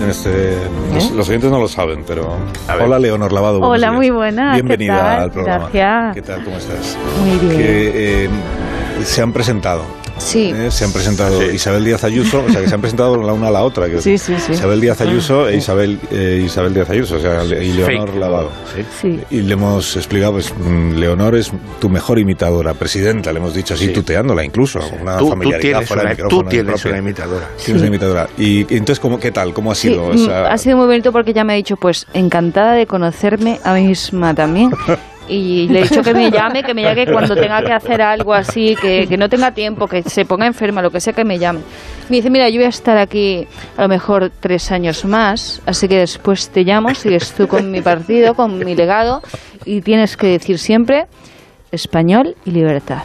en este. ¿Eh? Los, los, oyentes no lo saben, pero. Hola, Leonor Lavado. Hola, días. muy buena. Bienvenida ¿Qué tal? al programa. Gracias. ¿Qué tal? ¿Cómo estás? Muy bien. Que, eh, se han presentado. Sí. ¿eh? Se han presentado sí. Isabel Díaz Ayuso, o sea, que se han presentado la una a la otra. Que sí, sí, Ah, sí. Isabel Díaz Ayuso e Isabel, Isabel Díaz Ayuso, o sea, y Leonor Fake. Lavado. Sí. Y le hemos explicado, pues, Leonor es tu mejor imitadora, presidenta, le hemos dicho así, sí. tuteándola incluso, sí. una tú, familiaridad tú tienes fuera una, micrófono. Tú tienes una imitadora. Tienes una imitadora. Y, y entonces, ¿cómo, ¿qué tal? ¿Cómo ha sido? O sea, mm, ha sido muy bonito porque ya me ha dicho, pues, encantada de conocerme a mí misma también. y le he dicho que me llame, que me llame cuando tenga que hacer algo así, que, que, no tenga tiempo, que se ponga enferma, lo que sea, que me llame. Me dice, mira, yo voy a estar aquí a lo mejor tres años más, así que después te llamo, sigues tú con mi partido, con mi legado, y tienes que decir siempre español y libertad.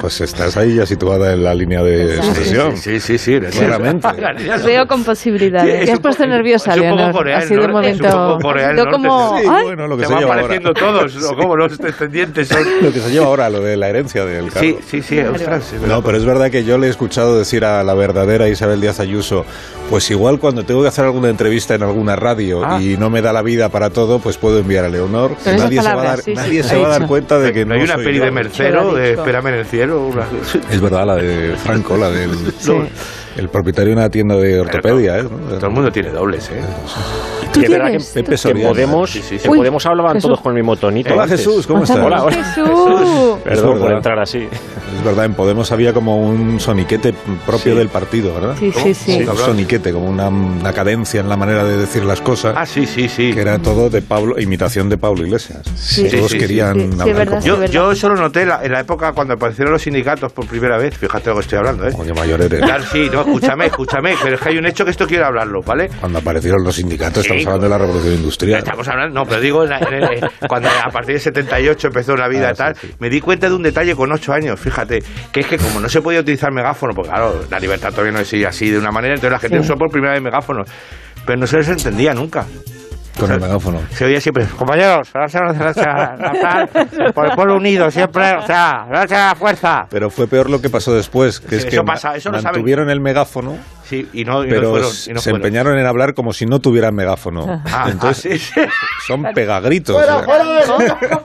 Pues estás ahí ya situada en la línea de sucesión. Sí, sí, sí, sí, sí claramente. Veo con posibilidades. Te has puesto poco, nerviosa, Leonor. Coreal, ha sido un momento... Un coreal, no como... Sí, bueno, lo que Te se van lleva apareciendo ahora. todos, o como los descendientes son. Lo que se lleva ahora, lo de la herencia del cargo. Sí, sí, sí, ostras, No, pero es verdad que yo le he escuchado decir a la verdadera Isabel Díaz Ayuso, pues igual cuando tengo que hacer alguna entrevista en alguna radio ah. y no me da la vida para todo, pues puedo enviar a Leonor. Pero nadie palabras, se va a dar, sí, nadie se va a dar cuenta de que no, hay una peli yo. de Mercero, de Espérame en el cielo. Una... Es verdad, la de Franco, la del sí. el propietario de una tienda de ortopedia. ¿eh? Todo el mundo tiene dobles, ¿eh? ¿Tú Que, verdad tienes? que, Pepe que Soriano. Podemos, Sí, sí, sí. que Uy, Podemos hablaban Jesús. todos con el mismo tonito. Hola antes. Jesús, ¿cómo estás? Hola, hola. Jesús. Perdón por verdad. entrar así. Es verdad, en Podemos había como un soniquete propio Sí. del partido, ¿verdad? Sí, sí, sí. Un soniquete, como una, una cadencia en la manera de decir las cosas. Ah, sí, sí, sí. Que era todo de Pablo, imitación de Pablo Iglesias. Sí. Todos Sí, sí, querían sí, sí. Sí, hablar es verdad, como- sí, Yo, verdad. yo solo noté la- en la época cuando aparecieron los sindicatos por primera vez, fíjate lo que estoy hablando, ¿eh? como que mayor eres. Claro, sí, no, escúchame, escúchame, pero es que hay un hecho que esto quiero hablarlo, ¿vale? Cuando aparecieron los sindicatos, Sí. estamos hablando de la revolución industrial. Estamos hablando, no, pero digo, en la- en el- eh, cuando a partir de 78 empezó la vida Ah, y tal, sí, sí. me di cuenta de un detalle con 8 años, fíjate, que es que como no se podía utilizar megáfono, porque claro, la libertad todavía no existe así de una manera, entonces la gente Sí. usó por primera vez megáfonos, pero no se les entendía nunca. Con el megáfono. Se oía siempre, compañeros, gracias, gracias, gracias, por el pueblo unido, siempre, o sea, gracias a la fuerza. Pero fue peor lo que pasó después, que Sí, es que eso ma- pasa, eso lo saben. mantuvieron el megáfono, Sí, y no, y no pero fueron, se y no fueron. empeñaron en hablar como si no tuvieran megáfono. Ah, Entonces ah, sí, sí. son pegagritos. o sea.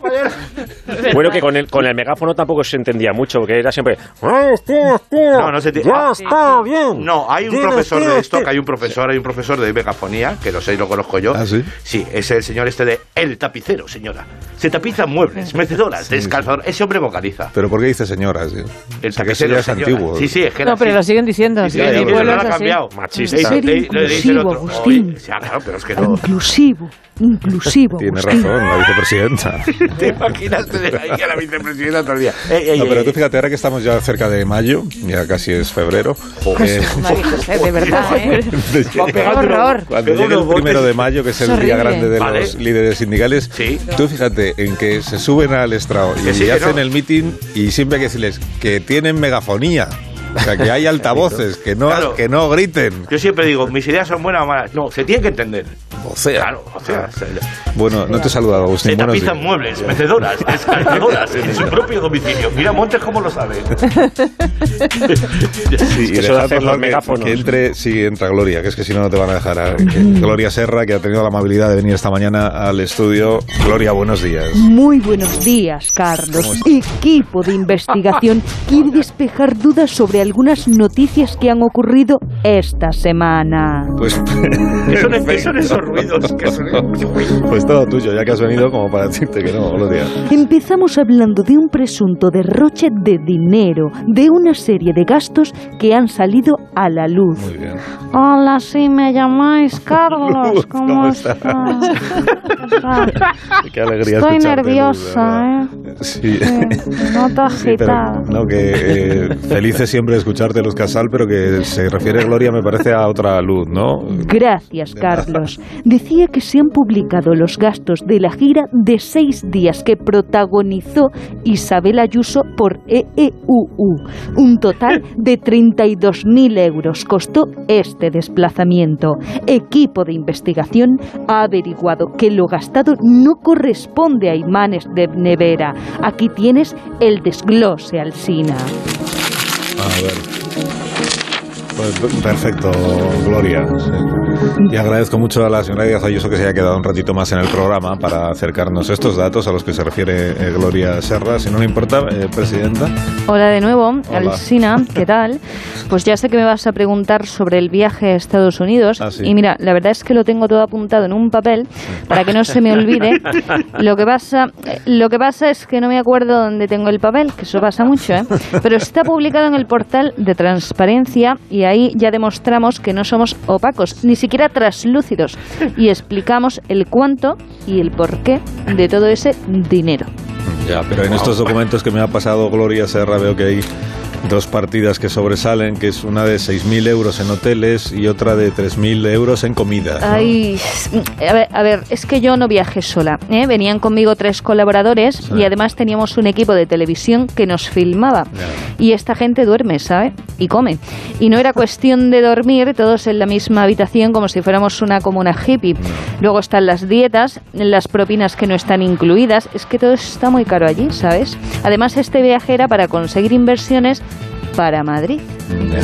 Bueno, que con el, con el megáfono tampoco se entendía mucho, porque era siempre. "Eh, tío, tío, No, no se te- ¡Ya ah, está bien! No, hay un Dime, este". profesor tío, de esto, tío". que hay un profesor, hay un profesor de megafonía, que no sé, lo conozco yo. ¿Ah, sí? Sí, es el señor este de El Tapicero, señora. Se tapizan muebles, mecedoras, descalzador. Ese hombre vocaliza. Pero ¿por qué dice señoras? tío? El O sea, que eso ya tapicero es señora. antiguo. Sí, sí, es que era No, pero lo así. siguen ¿eh? diciendo. Sí, sí, sí, mi sí, pueblo no lo es ha así. cambiado. Machista. Sí, Ser le- le dice el inclusivo, otro, Agustín. "Oye, sí, ah, claro, pero es que no. Inclusivo, inclusivo. Tiene Agustín. razón la vicepresidenta. ¿Te imaginas tener ahí a la vicepresidenta todo el día? Ey, ey, No, pero ey, tú fíjate, ahora que estamos ya cerca de mayo, ya casi es febrero, eh, Madre José, de verdad, ¿eh? ey. ¡Qué horror! cuando llegue el primero de mayo, que es el Es día horrible. grande de Vale. los líderes sindicales, Sí. tú fíjate en que se suben al estrado y Que sí, que hacen no. el mitin y siempre hay que decirles que tienen megafonía, o sea, que hay altavoces, que no, Claro. que no griten. Yo siempre digo, mis ideas son buenas o malas. No, se tiene que entender. O sea, Claro, o sea, se- bueno, no te he saludado, Se Agustín. buenos tapizan días. muebles, mecedoras, descargadoras en su propio domicilio. Mira Montes cómo lo sabe. Sí, que y eso de dejad, hacer por los favor, que- megáfonos. Que entre, sí, entra Gloria, que es que si no, no te van a dejar. a- Mm. Gloria Serra, que ha tenido la amabilidad de venir esta mañana al estudio. Gloria, buenos días. Muy buenos días, Carlos. Equipo de investigación quiere despejar dudas sobre de algunas noticias que han ocurrido esta semana. Pues, ¿Qué son, qué son perfecto. esos ruidos? ¿Qué son esos ruidos? pues todo tuyo, ya que has venido como para decirte que no, Gloria. Empezamos hablando de un presunto derroche de dinero, de una serie de gastos que han salido a la luz. Muy bien. Hola, sí, me llamáis Carlos. ¿Cómo estás? Qué alegría escucharte, Estoy Luz, nerviosa, eh. de verdad. Sí. No te Sí, pero- no, que eh, felices siempre de escucharte, Luz Casal, pero que se refiere Gloria, me parece, a otra luz, ¿no? Gracias, De nada. Carlos. Decía que se han publicado los gastos de la gira de seis días que protagonizó Isabel Ayuso por E EEUU. Un total de 32.000 euros costó este desplazamiento. Equipo de investigación ha averiguado que lo gastado no corresponde a imanes de nevera. Aquí tienes el desglose, Alsina. A ver. Pues, per- perfecto, Gloria. Sí. Y agradezco mucho a la señora Díaz Ayuso que se haya quedado un ratito más en el programa para acercarnos estos datos a los que se refiere eh, Gloria Serra. Si no le importa, eh, Presidenta. Hola de nuevo, Hola. Alsina, ¿qué tal? Pues ya sé que me vas a preguntar sobre el viaje a Estados Unidos. Ah, sí. Y mira, la verdad es que lo tengo todo apuntado en un papel para que no se me olvide. Lo que pasa, eh, lo que pasa es que no me acuerdo dónde tengo el papel, que eso pasa mucho, ¿eh? Pero está publicado en el portal de transparencia y ahí ya demostramos que no somos opacos, ni siquiera traslúcidos, y explicamos el cuánto y el porqué de todo ese dinero. Ya, pero en estos documentos que me ha pasado Gloria Serra veo que hay dos partidas que sobresalen, que es una de 6.000 euros en hoteles y otra de 3.000 euros en comida. ¿no? Ay, a ver, a ver, es que yo no viajé sola. ¿eh? Venían conmigo tres colaboradores Sí. y además teníamos un equipo de televisión que nos filmaba. Ya. Y esta gente duerme, ¿sabe? Y come. Y no era cuestión de dormir todos en la misma habitación como si fuéramos una comuna hippie. Luego están las dietas, las propinas que no están incluidas. Es que todo está muy caro allí, ¿sabes? Además, este viaje era para conseguir inversiones para Madrid. Ya.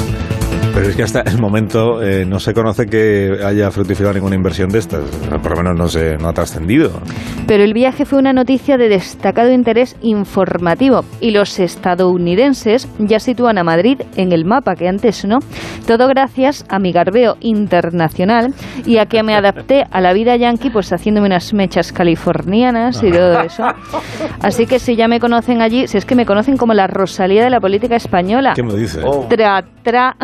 Pero es que hasta el momento eh, no se conoce que haya fructificado ninguna inversión de estas. Por lo menos no, se, no ha trascendido. Pero el viaje fue una noticia de destacado interés informativo y los estadounidenses ya sitúan a Madrid en el mapa que antes no. Todo gracias a mi garbeo internacional y a que me adapté a la vida yanqui pues haciéndome unas mechas californianas y todo eso. Así que si ya me conocen allí, si es que me conocen como la Rosalía de la política Ah. española. ¿Qué me dices? Oh. Tra, tra.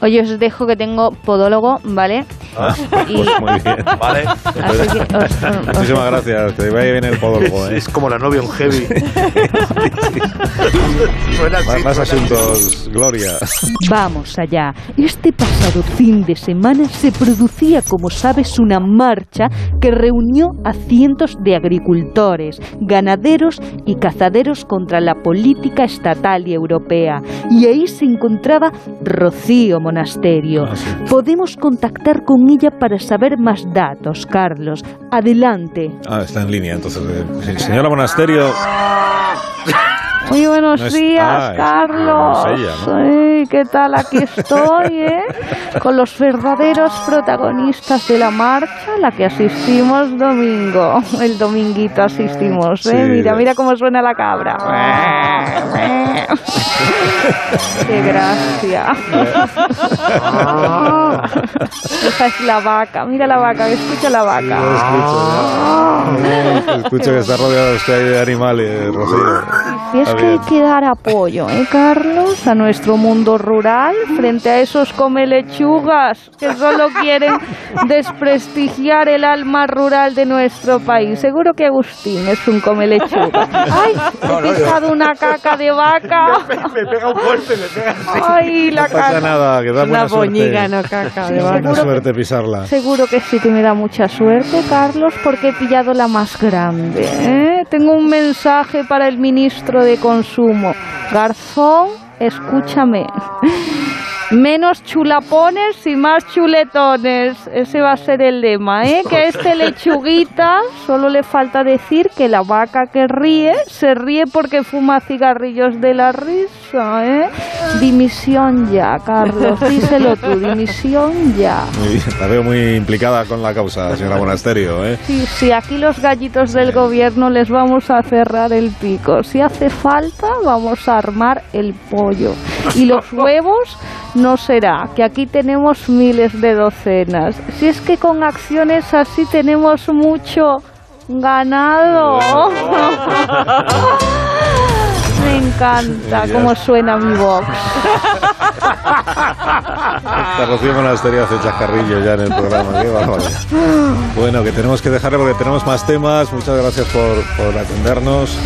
Hoy os dejo que tengo podólogo, ¿vale? Ah, pues muy bien. ¿Vale? Así que os- os- os Muchísimas gracias. Que vaya bien el podólogo. ¿eh? Es como la novia un heavy. Suena así, Más, más suena así. asuntos, Gloria. Vamos allá. Este pasado fin de semana se producía, como sabes, una marcha que reunió a cientos de agricultores, ganaderos y cazaderos contra la política estatal y europea. Y ahí se encontraba Rocío Monasterio. Ah, sí. Podemos contactar con ella para saber más datos, Carlos. Adelante. Ah, está en línea, entonces. eh, señora Monasterio. Muy buenos No es- días, ah, es- Carlos. no es ella, Ay, ¿Qué tal? Aquí estoy, ¿eh? Con los verdaderos protagonistas de la marcha, a la que asistimos domingo. El dominguito asistimos, ¿eh? Sí. Ah. Mira, mira cómo suena la cabra. ¡Qué gracia! Esa es la vaca. Mira la vaca, escucha la Lo vaca. escucho, ¿no? ¿eh? Escucho que está rodeado usted de animales, Rocío. Y es Está que hay bien. que dar apoyo, ¿eh, Carlos? A nuestro mundo rural frente a esos come lechugas que solo quieren desprestigiar el alma rural de nuestro país. Seguro que Agustín es un come lechuga. ¡Ay! He pisado una caca de vaca. Me pega un golpe, me pega. ¡Ay, la No pasa caca! nada, que da Una buena boñiga, suerte. no caca de Buena vaca. suerte pisarla. Seguro que sí que me da mucha suerte, Carlos, porque he pillado la más grande. ¿eh? Tengo un mensaje para el ministro de Consumo. Garzón, escúchame. Menos chulapones y más chuletones. Ese va a ser el lema, ¿eh? Que a este lechuguita solo le falta decir que la vaca que ríe se ríe porque fuma cigarrillos de la risa, ¿eh? Dimisión ya, Carlos. Díselo tú, dimisión ya. Muy bien, la veo muy implicada con la causa, señora Monasterio. ¿eh? Sí, sí, aquí los gallitos del gobierno les vamos a cerrar el pico. Si hace falta, vamos a armar el pollo. Y los huevos no será, que aquí tenemos miles de docenas. Si es que con acciones así tenemos mucho ganado. Me encanta cómo suena mi voz. Hasta Rocío Monasterio hace chascarrillo ya en el programa. qué barbaridad. Bueno, que tenemos que dejarle porque tenemos más temas. Muchas gracias por, por atendernos.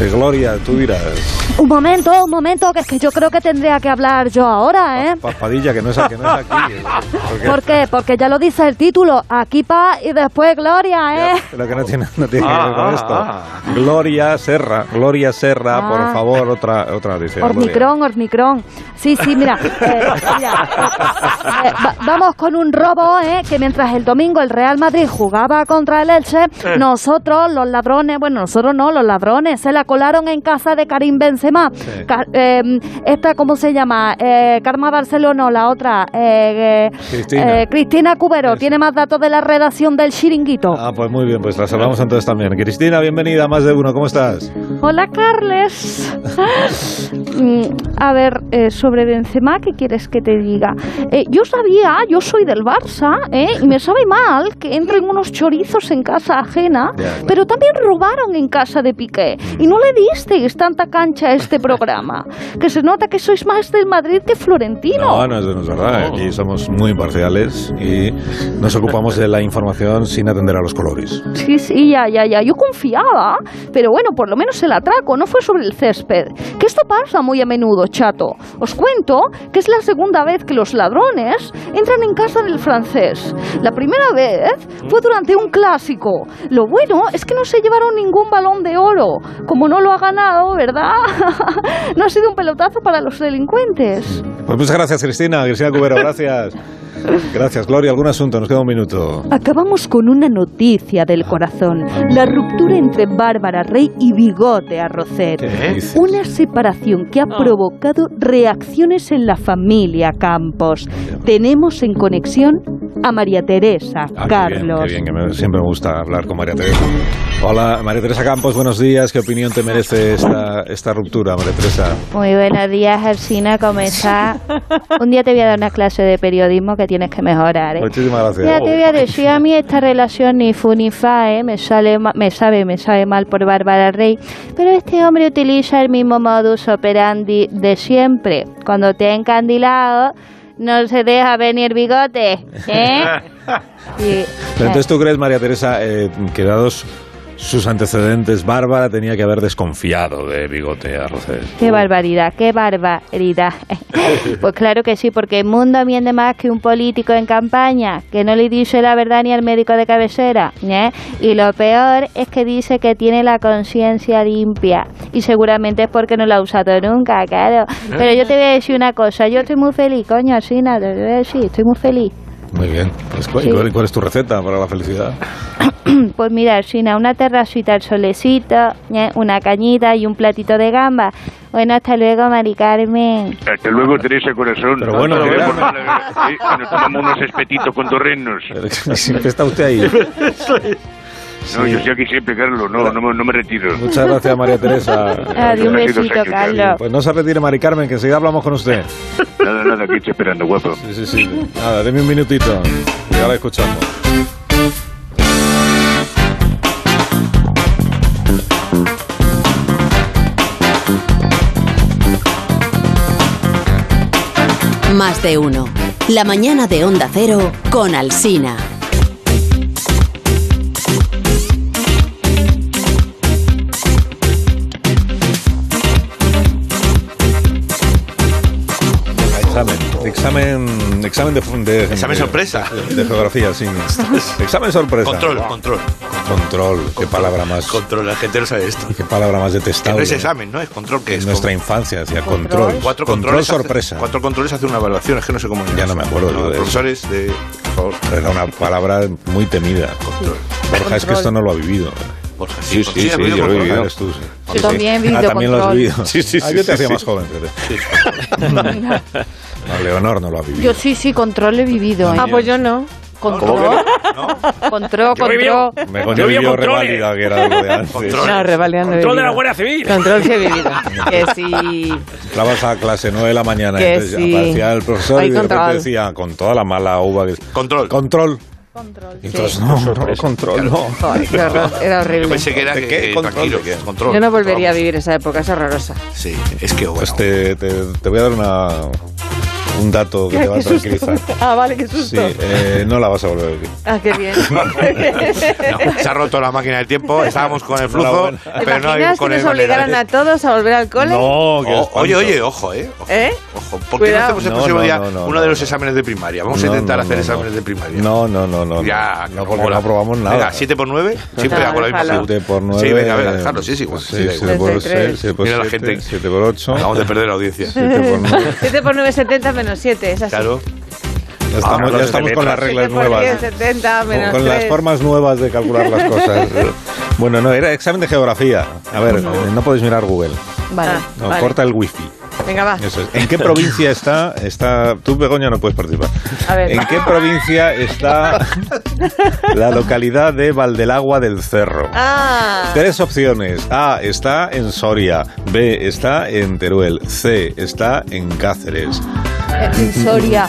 Eh, Gloria, tú dirás. Un momento, un momento, que es que yo creo que tendría que hablar yo ahora, ¿eh? Paspadilla, que no es, que no es aquí. eh, Porque, ¿Por qué? Porque ya lo dice el título, aquí paz y después gloria, ¿eh? Lo que no tiene, no tiene que ver Ah, con ah, esto. ah. Gloria Serra, Gloria Serra, por Ah. favor, otra, otra noticia. Gloria. Ormicrón, Ormicrón. Sí, sí, mira. eh, mira, eh, va- vamos con un robo, ¿eh? Que mientras el domingo el Real Madrid jugaba contra el Elche, Eh. nosotros, los ladrones, bueno, nosotros no, los ladrones, se la colaron en casa de Karim Benzema. Sí. Ca- eh, esta, ¿cómo se llama? Eh, Karma Barcelona, la otra. eh, eh, Cristina. eh, Cristina Cubero, tiene más datos de la redacción del Chiringuito. Ah, pues muy bien, pues la saludamos entonces también. Cristina, bienvenida, a más de uno, ¿cómo estás? Hola, Carles. Mm, A ver, eh, sobre Benzema, ¿qué quieres que te diga? Eh, yo sabía, yo soy del Barça, ¿eh? y me sabe mal que entren unos chorizos en casa ajena, Ya, claro. pero también robaron en casa de Piqué. Y no le disteis tanta cancha a este programa, que se nota que sois más del Madrid que florentino. No, no, eso no es verdad. Aquí somos muy imparciales y nos ocupamos de la información sin atender a los colores. Sí, sí, ya, ya, ya. Yo confiaba, pero bueno, por lo menos el atraco no fue sobre el césped. Que esto pasa muy a menudo, chato. Os cuento que es la segunda vez que los ladrones entran en casa del francés. La primera vez fue durante un clásico. Lo bueno es que no se llevaron ningún balón de oro. Como no lo ha ganado, ¿verdad? no ha sido un pelotazo para los delincuentes. Pues muchas gracias, Cristina. Cristina Cubero, gracias. Gracias, Gloria. ¿Algún asunto? Nos queda un minuto. Acabamos con una noticia del corazón, la ruptura entre Bárbara Rey y Bigote Arrocero. ¿Qué dices? Una separación que ha Ah. provocado reacciones en la familia Campos. Tenemos en conexión a María Teresa, Ah, qué bien, Carlos. qué bien, que me- siempre me gusta hablar con María Teresa. Hola, María Teresa Campos, buenos días. ¿Qué opinión te merece esta, esta ruptura, María Teresa? Muy buenos días, Alcina, ¿cómo estás? Un día te voy a dar una clase de periodismo que tienes que mejorar, ¿eh? Muchísimas Ya gracias. te voy a decir, a mí esta relación ni fu ni fa, ¿eh? me, sale ma- me sabe, me sabe mal por Bárbara Rey, pero este hombre utiliza el mismo modus operandi de siempre. Cuando te ha encandilado, no se deja venir bigote, ¿eh? Sí. Pero entonces, ¿tú crees, María Teresa, eh, que dados sus antecedentes, Bárbara tenía que haber desconfiado de Bigote Arrocel? Qué barbaridad, qué barbaridad. Pues claro que sí, porque el mundo miente más que un político en campaña, que no le dice la verdad ni al médico de cabecera. ¿eh? Y lo peor es que dice que tiene la conciencia limpia. Y seguramente es porque no la ha usado nunca, claro. Pero yo te voy a decir una cosa, yo estoy muy feliz, coño, Sina, te voy a decir, estoy muy feliz. Muy bien. Pues, ¿cuál, Sí. cuál- cuál es tu receta para la felicidad? Pues mira, Sina, una terracita al solecito, ¿eh? una cañita y un platito de gamba. Bueno, hasta luego, Mari Carmen. Hasta luego, Teresa Corazón. Pero bueno, nos, mira. vemos a la- eh, nos tomamos unos espetitos con torrenos. Siempre está usted ahí. No, Sí. yo estoy aquí siempre, Carlos. No, no, me- no me retiro. Muchas gracias, María Ah, Teresa. Adiós, un Gracias, besito, gracias, Carlos. Pues no se retire, Mari Carmen, que enseguida hablamos con usted. Nada, nada, aquí estoy esperando, guapo. Sí, sí, sí. Nada, deme un minutito. Y ahora escuchamos. Más de uno. La mañana de Onda Cero con Alsina. Examen. Examen. Examen de. de- Examen de- sorpresa. De, geografía, sí. Examen sorpresa. Control, control. Control, qué palabra más, Control, la gente no sabe esto. qué palabra más Que detestable. no es examen, ¿no? Es control que En es. nuestra Con- infancia decía control. Cuatro control controles. hace- sorpresa. cuatro controles hace una evaluación, es que no sé cómo. Ya no me acuerdo yo de Los eso. profesores de. Por favor, Era una palabra muy temida. control. Borja es que esto no lo ha vivido. Borja, Sí, sí, ha sí, yo habido lo he control. vivido. Eres tú, sí. Yo también he vivido Ah, también lo has control. vivido. Sí, sí, Ah, sí, yo te sí, hacía sí. más joven. fíjate. No, Leonor no lo ha vivido. Yo sí, sí, control he vivido. ¿eh? Ah, pues yo no. ¿Cómo que Control, no? No, control, Yo he vivido- control. Mejor Yo yo había vivió controles. reválida que era algo de antes. Control. revaliando. Control de la Guardia Civil. Control que he vivido. Que sí. Entrabas a clase 9 de la mañana y Que entonces sí. aparecía el profesor Hay y de repente control. decía con toda la mala uva que Control. Control. Y entonces, no, no, control, no. Joder, qué horror. Era Yo horrible. pensé que era ¿De que, qué? eh, Control, tranquilo, ¿de qué? control. Yo no volvería a vivir esa época, es horrorosa. Sí, es que bueno. Pues te, te- te voy a dar una, un dato que te va a tranquilizar. Ah, vale, qué Sí, eh, no la vas a volver a vivir. Ah, qué bien. No, se ha roto la máquina del tiempo, estábamos con el flujo, Enhorabuena. ¿Te pero no hay imaginas que con nos el obligaran a todos a volver al cole? No, que O- Oh, oye, oye, ojo, ¿eh? Ojo, ¿Eh? ojo. ¿Por qué Cuidado. no hacemos Oh, el No, próximo no, día no, no, uno de no, los no. exámenes de primaria? Vamos a No, intentar no, hacer no, exámenes no. de primaria. No, no, no, no. Ya, no, que no, porque mola. no aprobamos nada. Venga, 7 por 9, siempre No, hago la misma déjalo. pregunta. 7 por 9. Sí, venga, venga, dejarlo, sí, sí, igual. sí, da 7 igual. por 33. 6, 7 por Mira la 7, gente. 7 por 8. Acabamos de perder la audiencia. 7 por 9. 7 por 9, 70 menos 7, es así. Claro. Ah, Ya estamos, Ahora ya los estamos de con las letras. reglas 7 por nuevas. 10, 70 menos Con las 3. formas nuevas de calcular las cosas. Bueno, no, era examen de geografía. A ver, eh, no podéis mirar Google. Vale. Ah, No, vale. corta el wifi. Venga, va. Eso es. ¿En qué provincia está, está... Tú, Begoña, no puedes participar. A ver. ¿En qué provincia está la localidad de Valdelagua del Cerro? Ah, Tres opciones. A. Está en Soria. B. Está en Teruel. C. Está en Cáceres. En Soria.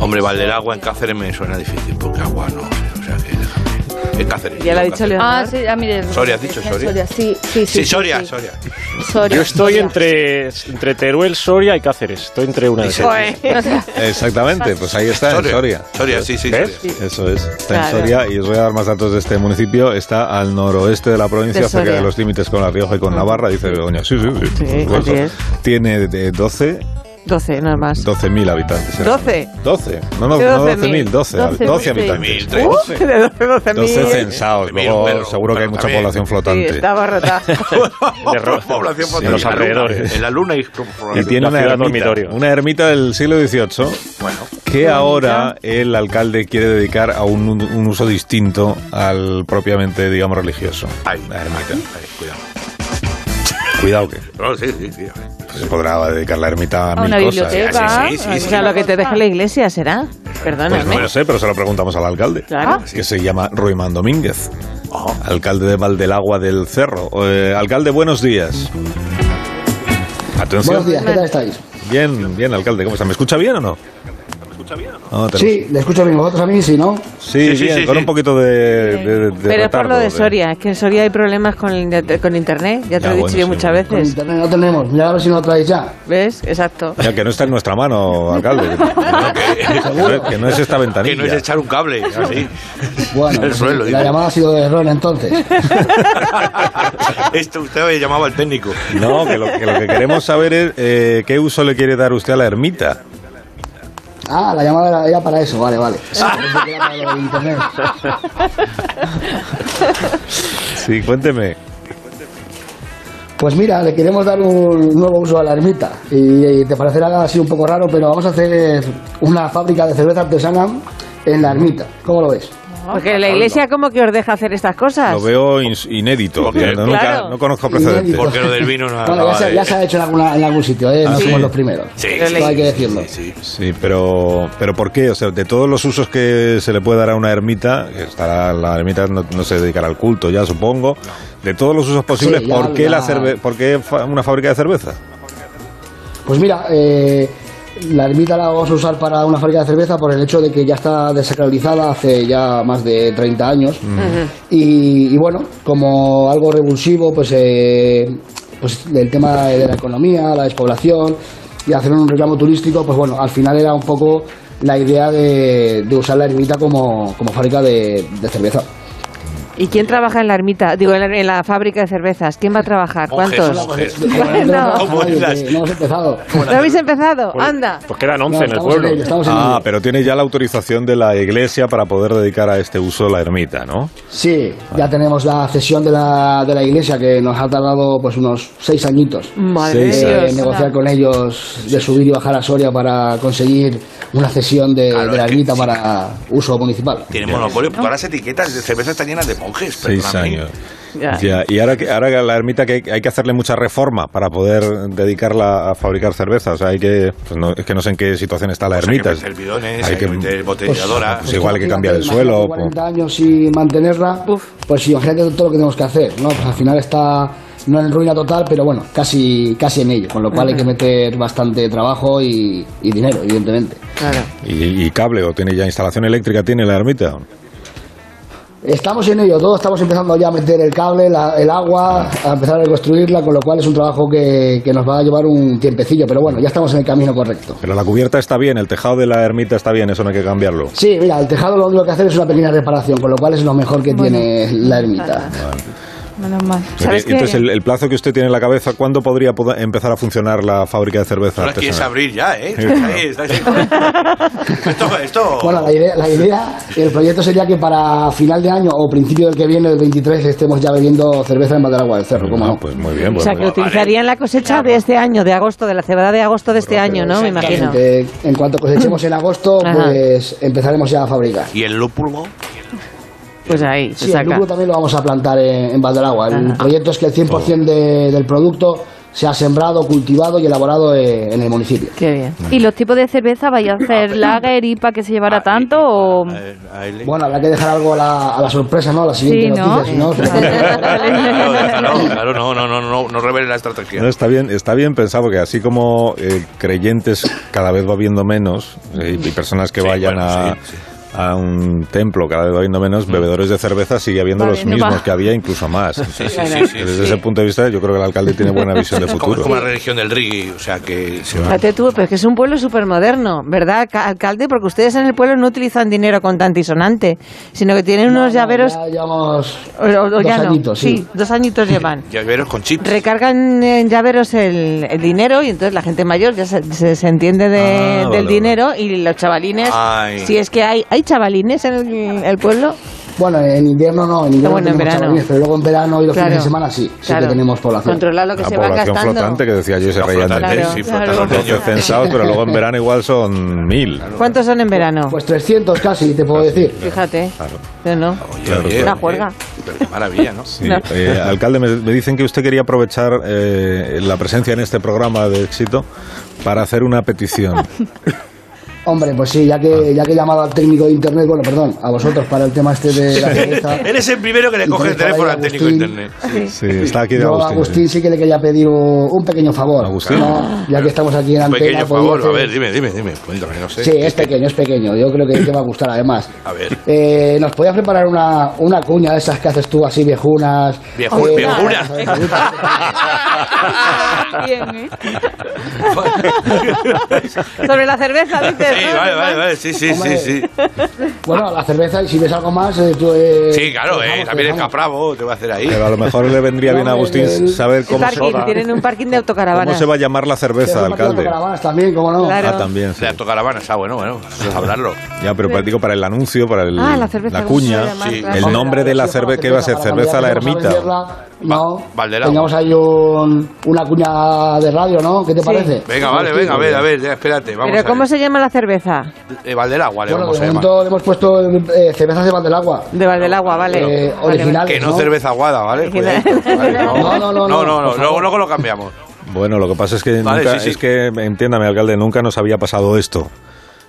Hombre, Valderagua en Cáceres me suena difícil, porque agua no. O sea que déjame. En Cáceres. ya lo ha en dicho Cáceres. León. Ah, sí, ah, mire. Soria, ¿has dicho En Soria? Soria, sí, sí, sí. Sí, sí, Soria, sí. Soria. Soria, Yo estoy Soria. entre, entre Teruel, Soria y Cáceres. Estoy entre una de esas. Ah, Exactamente, pues ahí está, en Soria. Soria, sí, sí. ¿Ves? Soria. Eso es, está Claro. en Soria y os voy a dar más datos de este municipio. Está al noroeste de la provincia, De cerca Soria. Ah. de los límites con La Rioja y con Navarra, dice Begoña. Sí, sí, sí. por Sí, supuesto. así es. Tiene de 12 12, nada más. 12.000 habitantes. eran. 12. 12. No, no, ¿Qué no 12.000? 12.000, 12, 12, 12.000. habitantes. 12.000, 12, De 12, 12 12 mil. censados, 12.000, luego pero- seguro que hay pero mucha también. población Sí, flotante. estaba rota. Ro- población Sí, por en los la luna, alrededores. En la luna y y tiene La una ciudad ermita, dormitorio. una ermita del siglo XVIII Bueno, que ahora el alcalde quiere dedicar a un, un uso distinto al propiamente, digamos, religioso. ahí, La ermita. ahí, ahí, cuidado. Cuidado que No, sí, sí, sí. a ver. pues, se podrá dedicar la ermita a, A mil una cosas. biblioteca. Sí, sí, sí, O sí. sea, lo que te deje la iglesia será. Pues no Perdóname. lo sé, pero se lo preguntamos al alcalde. Ah, Ah. Claro. Oh. Que se llama Ruimán Domínguez. Alcalde de Valdelagua del Cerro. Eh, alcalde, buenos días. Atención. Buenos días, ¿qué tal estáis? Bien, bien, alcalde. ¿Cómo está? ¿Me escucha bien o no? Ah, tenemos- Sí, le escucho bien vosotros a mí, sí, ¿no? Sí, Sí, sí, bien, sí, con sí. un poquito de, de- de Pero es por retardo, lo de de- Soria, es que en Soria hay problemas con, el inter- con internet, ya te Ya, lo he bueno, dicho yo sí, muchas bueno. Con veces. internet no tenemos, mira a ver si nos lo traéis ya. ¿Ves? Exacto. Ya que no está en nuestra mano, alcalde. que, no- que no es esta ventanilla. Que no es echar un cable, así. Bueno, El suelo, la digo. llamada ha sido de error entonces. Esto usted me llamaba al técnico. No, que lo, que lo que queremos saber es eh, qué uso le quiere dar usted a la ermita. Ah, la llamada era, era para eso, vale, vale. Pensé que era para lo de internet. Sí, cuénteme. Pues mira, le queremos dar un nuevo uso a la ermita. Y, y te parecerá así un poco raro, pero vamos a hacer una fábrica de cerveza artesana en la ermita. ¿Cómo lo ves? Porque la iglesia, ¿cómo que os deja hacer estas cosas? Lo veo ins- inédito. Porque- digamos, nunca- Claro. no conozco precedentes. Porque lo del vino no Bueno, ya acaba se, de- ya se ha hecho en, alguna- en algún sitio, ¿eh? No Ah, somos sí. los primeros. Sí, Pero sí, Esto hay que sí, decirlo. sí, sí. Sí, pero, pero ¿por qué? O sea, de todos los usos que se le puede dar a una ermita, que estará, la ermita no, no se dedicará al culto, ya supongo, de todos los usos posibles, Sí, ya ¿por, qué la la- cerve- ¿por qué fa- una fábrica de cerveza? Pues mira, eh, la ermita la vamos a usar para una fábrica de cerveza por el hecho de que ya está desacralizada hace ya más de 30 años. Y, y bueno, como algo revulsivo, pues, eh, pues el tema de la economía, la despoblación y hacer un reclamo turístico, pues bueno, al final era un poco la idea de, de usar la ermita como, como fábrica de, de cerveza. ¿Y quién trabaja en la ermita? Digo, en la, en la fábrica de cervezas. ¿Quién va a trabajar? ¿Cuántos? No, ¿Cómo oye, que no hemos empezado. ¿No habéis empezado? Pues- Anda. Pues quedan 11 en No, el estamos pueblo. en ello, Pues estamos en Ah, ello. pero tiene ya la autorización de la iglesia para poder dedicar a este uso la ermita, ¿no? Sí, ya tenemos la cesión de la, de la iglesia que nos ha tardado pues unos seis añitos. Madre Seis de Eh, años. Dios. negociar con ellos de subir y bajar a Soria para conseguir una cesión de, Claro, de la es que ermita sí. para uso municipal. Tiene monopolio. Todas las etiquetas de cerveza están llenas de monjes. Seis perdóname. años. Ya. Ya, y ahora, que- ahora la ermita que hay, hay que hacerle mucha reforma para poder dedicarla a fabricar cerveza. O sea, hay que. pues no- es que no sé en qué situación está la Pues hay que ermita. meter bidones, Hay hay que que- meter Pues, botelladoras. pues igual hay que cambiar el imagínate, suelo, pues. 40 años sin mantenerla, pues imagínate todo lo que tenemos que hacer, ¿no? Pues al final está no en ruina total, pero bueno, casi, casi en ello, con lo cual hay que meter bastante trabajo y, y dinero, evidentemente. Claro. pues, Y, y cable, o tiene ya instalación eléctrica, tiene la ermita. Estamos en ello, todos estamos empezando ya a meter el cable, la- el agua, a empezar a reconstruirla, con lo cual es un trabajo que, que nos va a llevar un tiempecillo, pero bueno, ya estamos en el camino correcto. Pero la cubierta está bien, el tejado de la ermita está bien, eso no hay que cambiarlo. Sí, mira, el tejado lo único que hacer es una pequeña reparación, con lo cual es lo mejor que tiene la ermita. Menos mal. ¿Sabes qué? Entonces, el, el plazo que usted tiene en la cabeza, ¿cuándo podría poda- empezar a funcionar la fábrica de cerveza? Ahora quieres artesanal? abrir ya, ¿eh? Sí, Estás ahí, estás ahí. esto, esto. Bueno, la idea, la idea, el proyecto sería que para final de año o principio del que viene, del 23, estemos ya bebiendo cerveza en Valderagua del Cerro, ¿cómo Ah, no? pues muy bien, O pues sea, muy- que utilizarían la cosecha de este año, de agosto, de la cebada de agosto de este año, ¿no? Me imagino. Eh, En cuanto cosechemos en agosto, Ajá. pues empezaremos ya a fabricar. ¿Y el lúpulo? Pues ahí, Sí, se el saca. lúpulo también lo vamos a plantar en, en Valderagua. El proyecto es que el 100% de- del producto sea sembrado, cultivado y elaborado eh, en el municipio. Qué bien. ¿Y los tipos de cerveza vais a hacer lager, IPA, que se Ah, llevara tanto o...? Bueno, habrá que dejar algo a la, a la sorpresa, ¿no? A la siguiente Sí, ¿no? noticia, si no, se nos complica. Claro, claro, claro, no, no, no, no, no revele la estrategia. No, está bien, está bien pensado porque así como eh, creyentes cada vez va habiendo menos eh, y personas que Sí, vayan bueno, a, sí, sí. a un templo cada vez va habiendo menos, bebedores de cerveza sigue habiendo Va los habiendo mismos más. que había, incluso más. Sí, sí, sí, sí, Desde sí. ese punto de vista, yo creo que el alcalde tiene buena visión de Es como, es futuro. como la religión del reggae, o sea que... se va. Fíjate tú, pero es que es un pueblo súper moderno, ¿verdad, ca- alcalde? Porque ustedes en el pueblo no utilizan dinero contante y sonante, sino que tienen unos llaveros... Ya llevamos o- o- o dos ya no. añitos, sí. dos añitos llevan. Llaveros con chips. Recargan en llaveros el, el dinero y entonces la gente mayor ya se, se- se entiende de- Ah, del vale, vale. dinero y los chavalines, Ay. si es que hay, ¿hay chavalines en el, el pueblo? Bueno, en invierno no, en invierno bueno, en tenemos verano. chavalines, pero luego en verano y los Claro. fines de semana sí, sí que Claro. tenemos población. Controlar lo que La se van población gastando. flotante que decía yo se Los reían de mí. flotantes, Claro, sí, claro. flotantes, Los Doce niños. censados, pero luego en verano igual son mil. ¿Cuántos son en verano? Pues 300 casi, te puedo decir. Fíjate, Claro. pero no. Oye, Claro, oye, claro. Una juerga. Pero qué maravilla, ¿no? Sí, eh, alcalde, me, me dicen que usted quería aprovechar eh, la presencia en este programa de éxito para hacer una petición. Hombre, pues sí, ya que, ya que he llamado al técnico de internet, bueno, perdón, a vosotros para el tema este de la cerveza. Eres el primero que le Y coge el tenés teléfono por ahí al técnico de Agustín. internet. Sí, está aquí de Yo a Agustín. Agustín sí que le quería pedir un pequeño favor. Agustín. ¿no? Ya que estamos aquí en Un antena. pequeño podía favor, a hacer- ver, dime, dime, dime. Cuéntame, no sé. Sí, es pequeño, es pequeño. Yo creo que te va a gustar además. A ver. Eh, ¿Nos podías preparar una, una cuña de esas que haces tú así viejunas? Vieju- Eh, viejunas. ¿eh? ¿eh? Sobre la cerveza, dices. Sí, ¿no? vale, vale, vale, sí, sí, sí, Hombre. sí. Bueno, la cerveza, y si ves algo más, eh, tú... eh, Sí, claro, dejamos, eh, también el dejamos. capravo te va a hacer ahí. Pero a lo mejor le vendría bien a Agustín saber El cómo se, parking, tienen un parking de cómo autocaravanas. se va a llamar la Sí, cerveza, hacemos alcalde. caravanas también, cómo no. Claro. Ah, también, sí. La autocaravana está bueno, bueno, vamos a hablarlo. Ya, pero para, digo, para el anuncio, para el- Ah, la, la cerveza, ¿cómo se cuña, llama? Sí. el nombre de la cerveza, que iba a ser? para ¿Cerveza a la cambiar, vamos ermita? a venderla, No, Valderagua. tengamos ahí un- una cuña de radio, ¿no? ¿Qué te parece? Venga, vale, venga, a ver, a ver, ya, espérate, vamos ¿Pero a cómo ver. se llama la cerveza? Eh, Valderagua, le Bueno, vamos de a llamar. momento le hemos puesto eh, cervezas de Valdelagua. Ah, De Valdelagua, vale. Eh, Vale, original. Que no ¿no? cerveza aguada, ¿vale? Cuidadito, ¿vale? No, no, no, No, no, no, no, por luego, favor. luego lo cambiamos. Bueno, lo que pasa es que, Vale, nunca, sí, sí. es que, entiéndame, alcalde, nunca nos había pasado esto.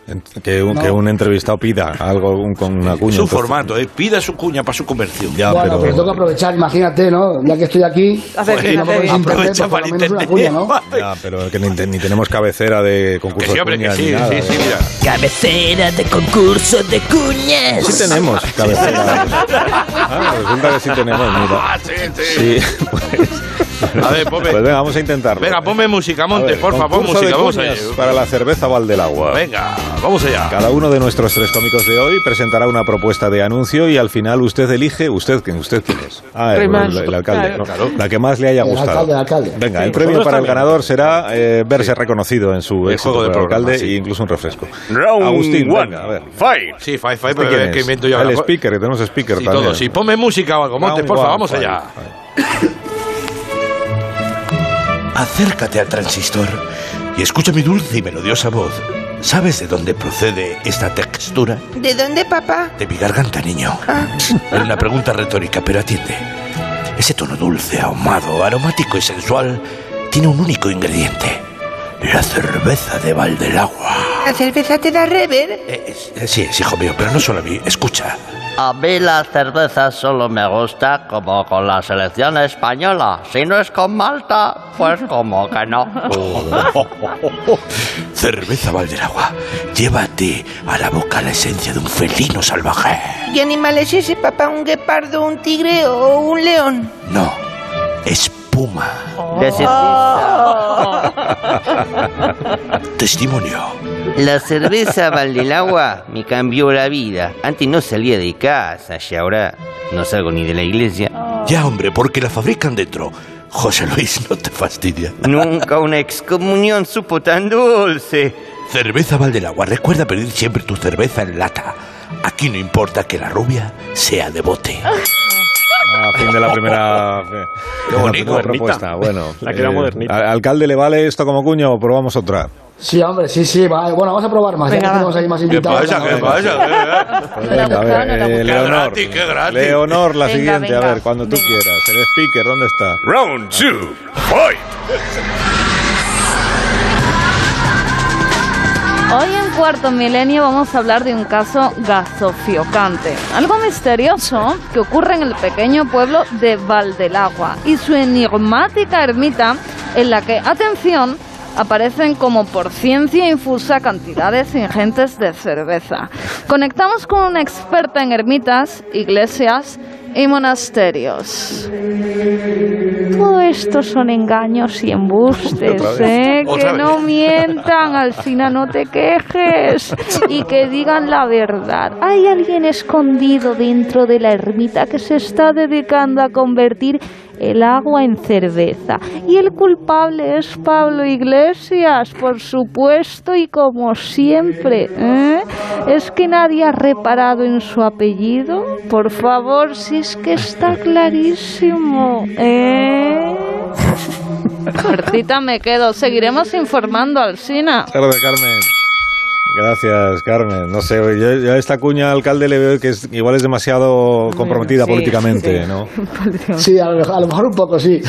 En- Que un, que un entrevistado pida algo un- con una cuña. Es un entonces- formato, eh. Pida su cuña para su comercio. Ya, Bueno, pero... pero tengo que aprovechar, imagínate, ¿no? Ya que estoy aquí. pues, Hacer si no bien, podéis hacer internet, Aprovecha pues por para lo menos una internet. cuña, ¿no? Ya, pero que ni, te- ni tenemos cabecera de Que concurso sí, de hombre, que cuñas ni sí, nada. sí, sí, mira. Cabecera de concurso de cuñas. Sí tenemos cabecera. Ah, resulta que sí tenemos, mira. Ah, sí, sí. Sí, pues, A ver, Pope. Pues venga, vamos a intentarlo. Venga, ponme música, Monte, ver, porfa, pon concurso de música, vamos allá. cuñas Para la cerveza Valdelagua. Venga, vamos allá. Cada uno de nuestros tres cómicos de hoy presentará una propuesta de anuncio y al final usted elige, usted, ¿quién, usted quién es? Ah, el, Reymanso, el- el alcalde. claro. ¿no? La que más le haya El gustado. alcalde, el alcalde. Venga, Sí. el premio Nosotros para el también. ganador será eh, verse reconocido en su éxito juego de como programa, alcalde sí. e incluso un refresco. Round Agustín, one. venga, a ver. Fight. Sí, fight, fight, ¿Este pero quién es que es? invento yo el ahora. speaker, que tenemos speaker Sí, también. todo, sí. Ponme música o algo, Montes, Round porfa, one, vamos fight. allá. Acércate al transistor y escucha mi dulce y melodiosa voz. ¿Sabes de dónde procede esta textura? ¿De dónde, papá? De mi garganta, niño. Ah. Es una pregunta retórica, pero atiende. Ese tono dulce, ahumado, aromático y sensual tiene un único ingrediente. La cerveza de Valdelagua. ¿La cerveza te da rever? Eh, Sí, es hijo mío, pero no solo a mí. Escucha. A mí la cerveza solo me gusta como con la selección española. Si no es con Malta, pues como que no. Cerveza Valdelagua. Llévate a la boca la esencia de un felino salvaje. ¿Qué animal es ese, papá? ¿Un guepardo, un tigre o un león? No, espuma. Oh. Testimonio. La cerveza Valdelagua me cambió la vida. Antes no salía de casa y ahora no salgo ni de la iglesia. Ya, hombre, porque la fabrican dentro. José Luis, no te fastidia. Nunca una excomunión supo tan dulce. Cerveza Valdelagua. Recuerda pedir siempre tu cerveza en lata. Aquí no importa que la rubia sea de bote. Ah, fin de la primera, de la bonito, primera modernita. propuesta. Bueno, eh, La que era modernita. ¿al alcalde, ¿le vale esto como cuña o probamos otra? Sí, hombre, sí, sí, va. Bueno, vamos a probar más. ya que tenemos ahí más invitados. Ah, Venga, a ver, eh, Leonor. gratis, qué gratis. Leonor, la Venga, siguiente, venga. a ver, cuando tú quieras. El speaker, ¿dónde está? Round 2, Hoy en Cuarto Milenio vamos a hablar de un caso gasofiocante, algo misterioso que ocurre en el pequeño pueblo de Valdelagua y su enigmática ermita en la que, atención, aparecen como por ciencia infusa cantidades ingentes de cerveza. Conectamos con una experta en ermitas, iglesias y monasterios. Todo esto son engaños y embustes, Otra vez. ¿eh? Otra Que vez. no mientan, Alcina, no te quejes. Y que digan la verdad. Hay alguien escondido dentro de la ermita que se está dedicando a convertir el agua en cerveza. Y el culpable es Pablo Iglesias, por supuesto, y como siempre. ¿eh? ¿Es que nadie ha reparado en su apellido? Por favor, si es que está clarísimo. ¿eh? Cortita me quedo, seguiremos informando al Sina. Tarde, Carmen. Gracias, Carmen. No sé, yo, yo a esta cuña alcalde le veo que es- igual es demasiado comprometida sí, políticamente, sí. ¿no? Sí, a lo, a lo mejor un poco, sí.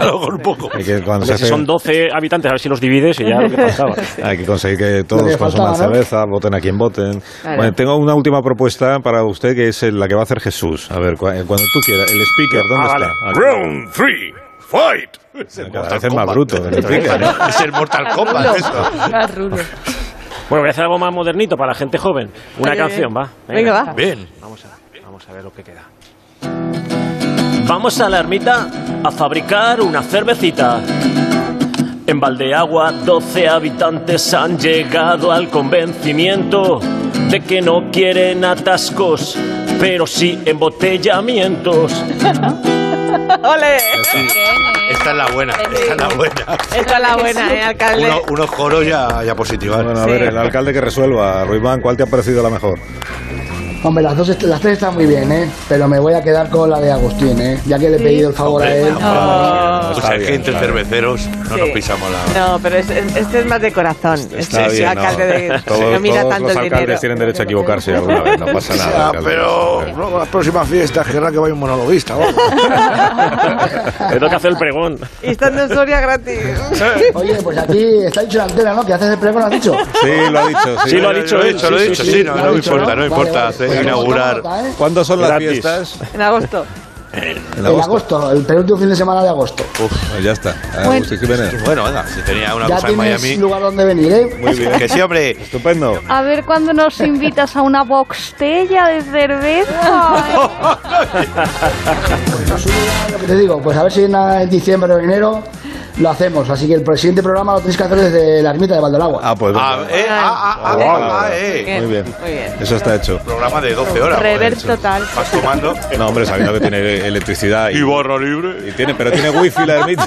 A lo mejor un poco. Hay que, cuando se Hombre, si hace- son 12 habitantes, a ver si los divides y ya lo que faltaba. Hay que conseguir que Lo todos que consuman faltaba, ¿no? cerveza, voten a quien voten. Claro. Bueno, tengo una última propuesta para usted que es la que va a hacer Jesús. A ver, cua- cuando tú quieras. El speaker, Ah, ¿dónde está? Aquí. Round 3, fight. Cada vez es más bruto. el speaker, ¿no? Es el Mortal Kombat esto. Bueno, voy a hacer algo más modernito para la gente joven. Una Ay, ay, canción, ay. va. Venga, va. Bien. Vamos a, vamos a ver lo que queda. Vamos a la ermita a fabricar una cervecita. En Valdeagua, 12 habitantes han llegado al convencimiento de que no quieren atascos, pero sí embotellamientos. ¡Ole! Esta es la buena, esta es la buena. Esta es la buena, ¿eh, alcalde? Uno- unos coros ya, ya positivos. Bueno, a ver, el alcalde que resuelva. Ruimán, ¿cuál te ha parecido la mejor? Hombre, las, dos, est- las tres están muy bien, ¿eh? Pero me voy a quedar con la de Agustín, ¿eh? Ya que le he pedido el favor a él. O sea, que entre cerveceros no nos pisamos la... No, pero es- es- este es más de corazón. Este Está es bien, ¿no? alcalde de. Todos, no mira todos tanto los el alcaldes dinero. tienen derecho a equivocarse alguna vez, no pasa nada. alcalde. pero luego las próximas fiestas querrá que vaya un monologuista. Me toca hacer el pregón. Y estando en Soria gratis. Oye, pues aquí está dicho la antena, ¿no? Que haces el pregón, ¿has dicho? Sí, lo ha dicho. Sí, lo ha dicho Lo he él, dicho, sí, lo he sí, dicho, sí, sí, no, lo ha no dicho, Pues importa, no importa, hacer Vale, vale. inaugurar. ¿Cuándo son las Gratis. fiestas? En agosto. ¿eh? En agosto, el penúltimo fin de semana de agosto. Uf, ya está. Ah, Bueno. Agustín Jiménez. Bueno, venga, si tenía una ya cosa en tienes Miami. lugar donde venir, ¿eh? Muy bien. Que sí, hombre. Estupendo. A ver cuándo nos invitas a una boxtella de cerveza. Pues Lo que te digo, pues a ver si en, ah, en diciembre o enero lo hacemos. Así que el siguiente programa lo tenéis que hacer desde la ermita de Valdolagua. Ah, pues. Ah, eh, ah, ah, ah, ah, eh. Muy bien. Muy bien. Eso está hecho. Programa de 12 horas. Rever joder. total. Vas tomando. No, hombre, sabiendo que tiene electricidad. Y, barra libre. Y tiene, pero tiene wifi la ermita.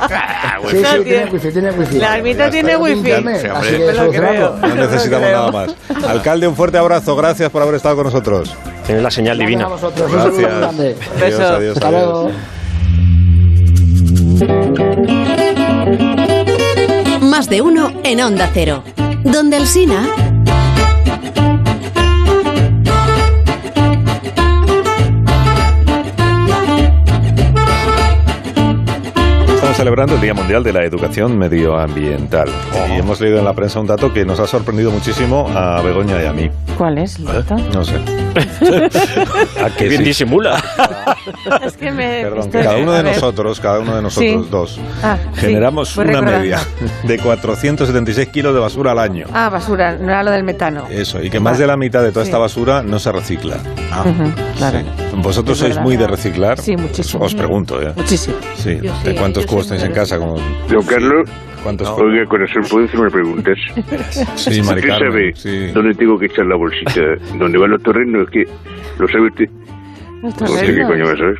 Ah, pues wifi. Sí, sí, No tiene tiene- wifi, tiene wifi. La ermita Ya tiene está. wifi. Internet, Sí, hombre. así Me que lo solucionado. No necesitamos nada más. Alcalde, un fuerte abrazo. Gracias por haber estado con nosotros. Tienes la señal divina. Gracias a Pues vosotros. Un saludo Gracias. grande. Adiós, Beso. adiós, Hasta adiós. luego. Más de uno en Onda Cero. Donde el Sina. Estamos celebrando el Día Mundial de la Educación Medioambiental. Oh. Y hemos leído en la prensa un dato que nos ha sorprendido muchísimo a Begoña y a mí. ¿eh? ¿Cuál es? Lito? No sé. ¿A que Bien sí? disimula. Es que me. Perdón, que estoy- cada uno Este, de a ver. nosotros, cada uno de nosotros Sí. dos, Ah, sí, generamos voy una recordando. media de 476 kilos de basura al año. Ah, basura, no era lo del metano. Eso, y que más de la mitad de toda esta basura no se recicla. Ah. Ujú, claro. Sí. ¿Vosotros Es sois verdad. muy de reciclar? Sí, muchísimo. Os pregunto, ¿eh? Muchísimo. Sí, Yo ¿de sí, cuántos yo cubos soy muy tenéis en casa? Como... Don Carlos, ¿Cuántos oiga, corazón, ¿puedo hacer una pregunta? Sí, Mari ¿Usted Carmen, sabe dónde tengo que echar la bolsita? ¿Dónde van los terrenos? ¿Qué? ¿Lo sabe usted? Pues No sé qué coño va a saber.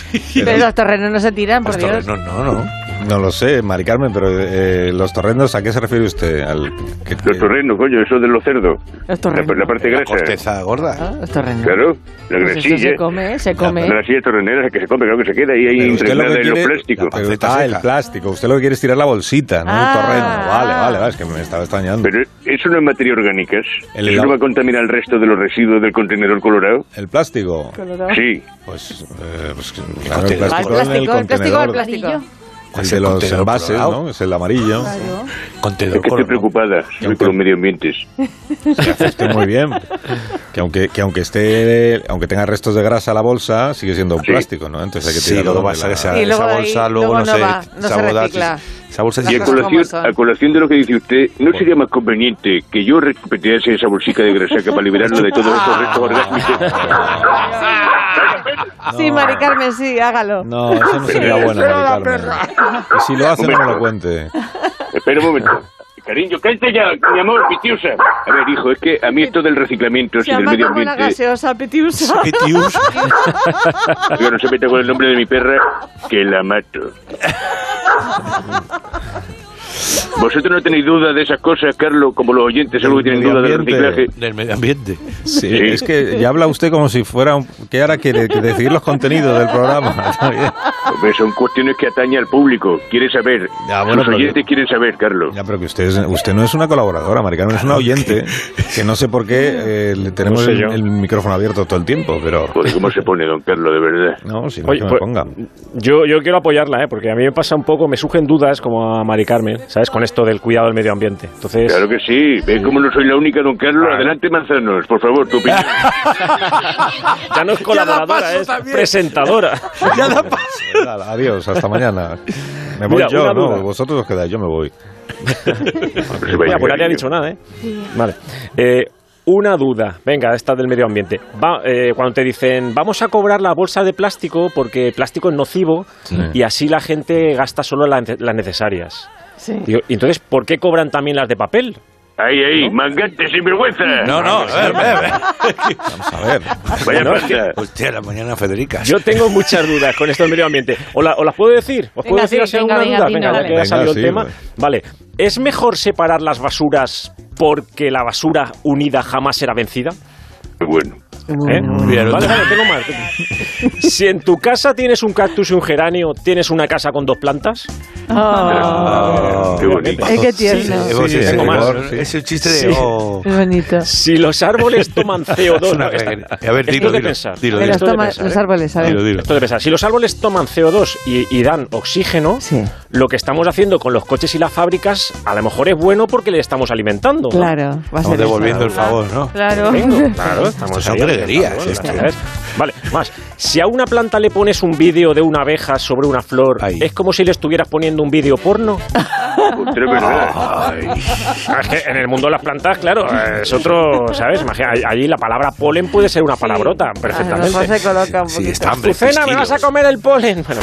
Eh, pero- Pero los terrenos no se tiran, por Dios. No, no, no. No lo sé, Mari Carmen, pero eh, los torrendos, ¿a qué se refiere usted? Al, que, Los torrenos, coño, eso de los cerdos. Los La, la parte grasa. corteza gorda. Los torrenos. Claro, la Pues esto grasilla. eh. se come, se come. La grasilla torrenera es la que se come, claro que se queda ahí, ahí impregnada en los plásticos. Pero está Ah, el plástico. Usted lo que quiere es tirar la bolsita, no Ah. el torreno. Vale, vale, vale, es que me estaba extrañando. Pero eso no es materia orgánica. El Eso helado. no va a contaminar el resto de los residuos del contenedor colorado. ¿El plástico? Colorado. Sí. Pues, eh, pues claro, el plástico Ah, en el el plástico, el contenedor. Eh, plástico. El de los contenedor envases, colorado. ¿no? Es el amarillo. Es que estoy preocupada soy por los medioambientes. Está muy bien. Que aunque, que aunque esté, aunque tenga restos de grasa la bolsa, sigue siendo un plástico, ¿no? Entonces hay que Sí, tirarlo lo que de pasa la- es que esa- Y luego esa ahí- bolsa luego luego no no se- va, no esa se boda- recicla. esa bolsa Las y a cosas colación, como son. a colación de lo que dice usted, ¿no sería más conveniente que yo recuperase esa bolsica de grasaca para liberarla de todos estos restos orgánicos? Sí, Mari Carmen, sí, hágalo. No, eso no sería bueno, Mari Carmen. Y si lo hace, no me lo cuente. Espera un momento. Cariño, cállate ya, mi amor, pitiosa. A ver, hijo, es que a mí esto del reciclamiento Se y del llama medio como la ambiente... gaseosa Petiusa. Petiusa. Yo no se meta con el nombre de mi perra, que la mato. Vosotros no tenéis duda de esas cosas, Carlos, como los oyentes, algo que tienen duda del reciclaje. Del medio ambiente. Sí, es que ya habla usted como si fuera un... que ahora quiere decidir los contenidos del programa. Está bien. Hombre, Pues son cuestiones que atañe al público. Quiere saber. bueno, Los pero oyentes quieren saber, Carlos. Ya, pero que usted, es- usted no es una colaboradora, Mari Carmen, es una oyente que no sé por qué eh, le tenemos sé el, yo. Pues, el micrófono abierto todo el tiempo, pero... Joder, ¿cómo se pone, don Carlos, de verdad? No, si no Oye, que me pues, ponga. Yo, yo quiero apoyarla, ¿eh? porque a mí me pasa un poco, me surgen dudas como a Mari Carmen, ¿sabes? Con esto del cuidado del medio ambiente. Entonces, Claro que sí. ¿Ves cómo no soy la única, don Carlos? Ah. Adelante, manzanos. Por favor, tu opinión. ya no es colaboradora, es presentadora. Pues Nada, adiós, hasta mañana. Me voy Mira, yo, una no, duda. vosotros os quedáis, yo me voy. Bueno, pues nadie ha dicho nada, ¿eh? Vale. Eh, una duda, venga, esta del medio ambiente. Va- eh, cuando te dicen, vamos a cobrar la bolsa de plástico porque el plástico es nocivo Sí. y así la gente gasta solo la- las necesarias. Digo, ¿y entonces, ¿por qué cobran también las de papel? Ahí, ahí, mangante sinvergüenza. Ah, No, no, a eh, ver, a ver, Vamos a ver. Vaya No, pasta. Hostia, la mañana, Federica. Yo tengo muchas dudas con esto del medio ambiente. ¿O, la- o las puedo decir? ¿Os Venga, puedo decir sí, así venga, alguna venga, duda? dilo, Venga, ya dale. que ha Venga, salido sí, el tema. va. pues. Vale. ¿Es mejor separar las basuras porque la basura unida jamás será vencida? Pues, Bueno. ¿Eh? Mm. Bien, Vale, otro. vale, tengo más. Si en tu casa tienes un cactus y un geranio, ¿tienes una casa con dos plantas? Oh. Ah, Qué bonito. Es que tierno. Sí, sí, sí, Tengo sí, más. sí. Es el chiste de, oh. Qué bonito. Si los árboles toman Es CO2... una no, esta- gregariedad. A ver, dilo, esto es de dilo, pensar. dilo, Que los, Esto es de toma- pensar, los ¿eh? árboles, a ver. Esto de pensar. Si los árboles toman CO2 y, y dan oxígeno, lo que estamos haciendo con los coches y las fábricas a lo mejor es bueno porque le estamos alimentando. ¿no? Claro, va a Estamos ser devolviendo el eso. favor, ¿no? Claro. Vengo, claro, estamos Esto son ahí greguerías, ¿eh? haciendo esto. algo, ¿sabes? Vale, más. Si a una planta le pones un vídeo de una abeja sobre una flor, es como si le estuvieras poniendo un vídeo porno. Ah, Es que en el mundo de las plantas, claro, eh, es otro, ¿sabes? Imagina, all- allí la palabra polen puede ser una palabrota, perfectamente. Además se coloca un Sí, ¿este poquito. está hambre, Azucena, me vas a comer el polen. Bueno,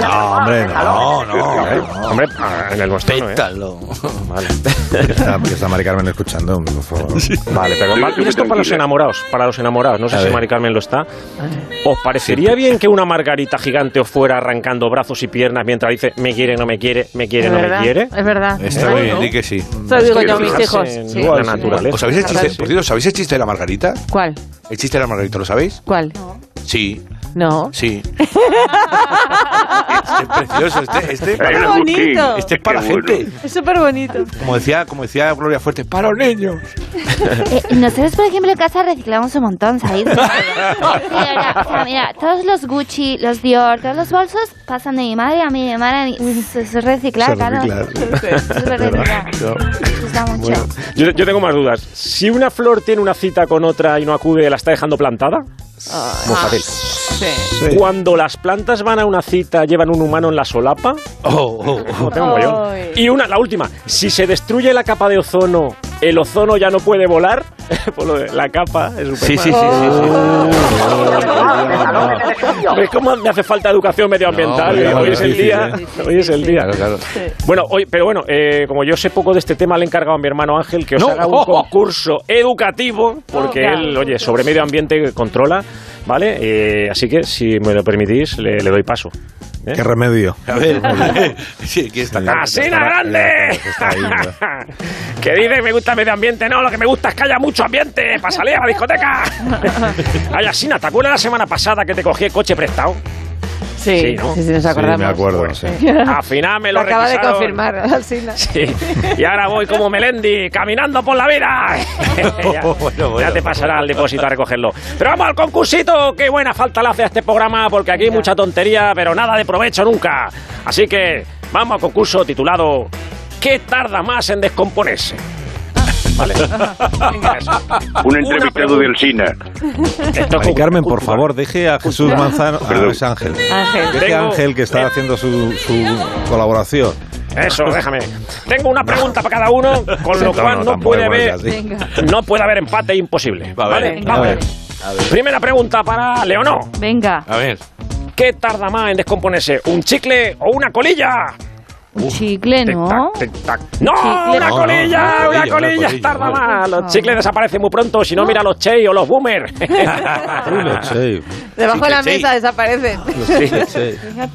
No, hombre, no, no. Hombre, en el bostero, ¿eh? Vale. Está, que está Mari Carmen escuchando, hombre, por favor. ¿eh? Vale, pero va- mira, esto para los enamorados, para los enamorados, no sé A si ver. Mari Carmen lo está. ¿Os parecería bien que una margarita gigante os fuera arrancando brazos y piernas mientras dice me quiere, no me quiere, me quiere, Es no verdad, me quiere? Pues es verdad. Está Bueno. muy bien, di que sí. Eso digo Es que yo a mis fijarse hijos, en sí. la Sí. naturaleza. ¿Os sabéis el chiste? Por cierto, ¿sabéis el chiste de la margarita? ¿Cuál? ¿El chiste de la margarita lo sabéis? ¿Cuál? Sí, No. sí. Este es precioso, este, este es Qué para la- bonito. Este es para la Qué gente. Es súper bonito. Como decía, como decía Gloria Fuerte, para los niños. Eh, nosotros, por ejemplo, en casa reciclamos un montón, ¿sabes? De verdad, o sea, mira, todos los Gucci, los Dior, todos los bolsos pasan de mi madre a mí, de mi madre a mí. Eso es reciclar, claro. Es reciclar. Gusta mucho. Bueno, yo, yo tengo más dudas. Si una flor tiene una cita con otra y no acude, ¿la está dejando plantada? Ah, Ah. Muy fácil. Cuando las plantas van a una cita, llevan un humano en la solapa. Como tengo yo. Y una, la última. Si se destruye la capa de ozono, el ozono ya no puede volar. Por lo de la capa es un Sí, sí, sí, sí, sí. ¿Ves cómo me hace falta educación medioambiental? No, hombre, hoy es el difícil, ¿eh? día. Hoy es el día. Bueno, hoy, pero bueno, eh, como yo sé poco de este tema, le he encargado a mi hermano Ángel que os No. haga un concurso educativo, porque él, oye, sobre medio ambiente controla, ¿vale? Eh, así que, si me lo permitís, le, le doy paso. ¿eh? Qué remedio. A ver, sí, aquí está. ¡Asina Ah, grande! que dice que me gusta el medio ambiente. No, lo que me gusta es que haya mucho ambiente para salir a la discoteca. Ay, Asina, ¿te acuerdas la semana pasada que te cogí el coche prestado? Sí, sí, ¿no? sí, nos acordamos. Sí, me acuerdo, sí. Al final me lo acaba de requisaron. confirmar, Alcina. Sí. Y ahora voy como Melendi, caminando por la vida. ya, ya te pasará al depósito a recogerlo. Pero vamos al concursito. Qué buena falta le hace a este programa porque aquí hay mucha tontería, pero nada de provecho nunca. Así que vamos al concurso titulado ¿Qué tarda más en descomponerse? Vale. Eso. Un entrevistado del SINA. Mari Carmen, por favor, deje a Jesús Manzano. a Perdón. Luis Ángel. Ángel. Deje a Tengo- Ángel que está haciendo su, su colaboración. ¿eh? Eso, déjame. Tengo una pregunta para cada uno, con No, lo cual no, no, tampoco puede igual, haber, así. Venga. no puede haber empate imposible. Va, a ver, ¿vale? venga. Vamos. A ver. Primera pregunta para Leonor. Venga. A ver. ¿Qué tarda más en descomponerse? ¿Un chicle o una colilla? Un chicle, ¿no? ¡No! Chicle. No, ¡Una no, colilla! una ¡Una colilla, una colilla! colilla, tarda vale. más. Los chicles desaparecen muy pronto, si no, mira los Chey o los Boomer. Debajo de la Sí, sí. mesa desaparecen.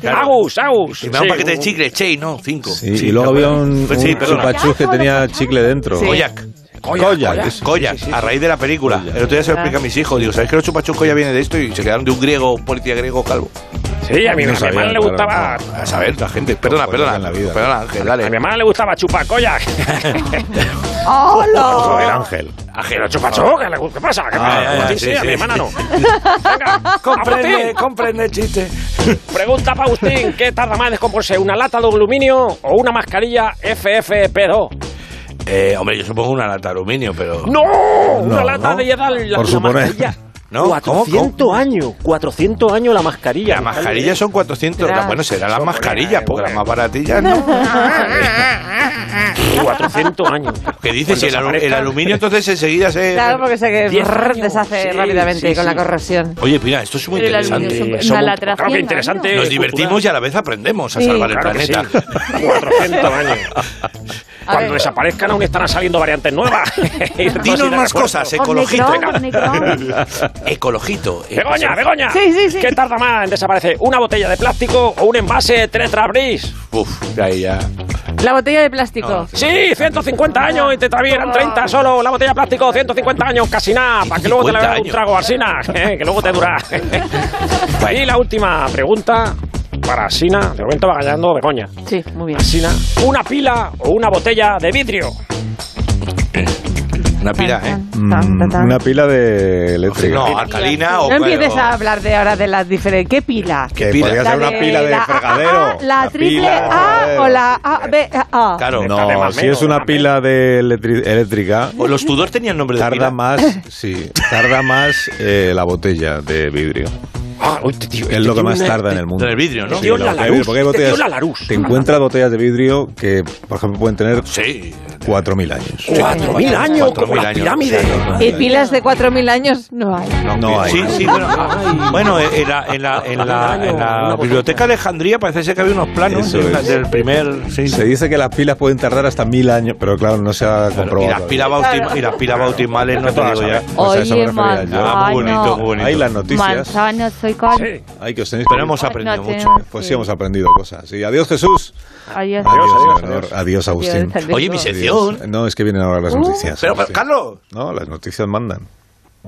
Agus, Agus. Me da un paquete de chicle, che, no, cinco. Sí, y luego había un, Pues sí, un perdona. chupachus que tenía chicle dentro. Koyak. Koyak, eso. Koyak, a raíz de la película. El otro día se lo expliqué a mis hijos. Digo, ¿sabéis que los chupachus Koyak viene de esto? Y se quedaron de un griego, un policía griego calvo. Sí, a mi, No a mi sabía, hermana le claro, gustaba. no. A saber, la gente. Perdona, perdona. Perdona, Ángel, A dale. mi hermana le gustaba chupacoya. Joder, ¡Hola! Ángel. Ángel, lo chupa chupa, ¿qué le gusta? ¿Qué pasa? ¿Qué Ah, pasa? ya, ya, Sí, sí, sí, a sí. mi hermana no. Comprende, Agustín. comprende el chiste. Pregunta para Agustín, ¿qué tarda más en descomponerse, una lata de aluminio o una mascarilla FFP2? Eh, hombre, yo supongo una lata de aluminio, pero. ¡No! una lata de hierro. Por suponer. ¿No? ¿Cómo? ¿Cómo? 400 años, 400 años la mascarilla. Las mascarillas son 400. Será. Bueno, serán las mascarillas, porque las más baratillas no. 400 años. ¿Qué dices? Cuando El, alu- desaparezcan. el aluminio entonces enseguida se... Claro, porque se que Diez años, deshace sí, rápidamente sí, con la sí. corrosión. Oye, mira, esto es muy Pero el interesante. aluminio es un- Somos- una latra claro que cien, interesante. ¿no? Nos divertimos y a la vez aprendemos a Sí. salvar el Claro que planeta. sí. 400 años. Cuando desaparezcan aún estarán saliendo variantes nuevas. Y Dinos de más eh. recuerdo. cosas, ecologista. Omicron, Omicron. Ecologito. eh, Begoña, pues, Begoña. ¿Qué tarda más en desaparecer? ¿Una botella de plástico o un envase Tetrabris? Uf, de ahí ya. La botella de plástico. Sí, 150 años y Tetrabris eran 30 solo. La botella de plástico, 150 años, casi nada. Para que luego te la 50 veas un años. trago Arsina, eh, que luego te dura. y la última pregunta para Arsina. De momento va ganando Begoña. Sí, muy bien. Arsina, ¿una pila o una botella de vidrio? Una pila, ¿eh? Una pila de eléctrica. No, alcalina o. No empieces a hablar de ahora de las diferentes. ¿Qué pila? Oh, Que podría La ser una de- pila de la fregadero. A, la triple pila de A o la A, B, A. no, si es una pila de electri- eléctrica. O los Tudor tenían nombre de tarda pila. más, sí, tarda más eh, la botella de vidrio. este es lo que tío más una- tarda en el mundo. del vidrio, ¿no? Sí, Tío la la botella de vidrio, Larousse, porque hay este tío botellas- la Larousse. Te encuentras botellas de vidrio que, por ejemplo, pueden tener 4.000 años. 4.000 años, como las pirámides. Y pilas de 4.000 años no hay. No hay. Sí, sí, bueno, bueno, eh, en la, en la, en la- en la biblioteca de Alejandría parece ser que había unos planos Eso de una- es. del primer. sí. Se dice que las pilas pueden tardar hasta mil años, pero claro, no se ha Y comprobado. las pilas bautismales, y las pilas bautismales no te digo ya. Ah, Pues a eso me refería Oye, yo. manzano. Ahí las noticias. Manzano, soy con... Ay, que os tenéis Pero hemos aprendido Buenas noches. mucho. Pues sí, hemos aprendido cosas. Y adiós, Jesús. Adiós. adiós, Leonor. adiós, Agustín. Adiós, Alberto. Oye, mi Adiós. sección. No, es que vienen ahora las Uh, noticias. pero, Agustín. Carlos. No, las noticias mandan.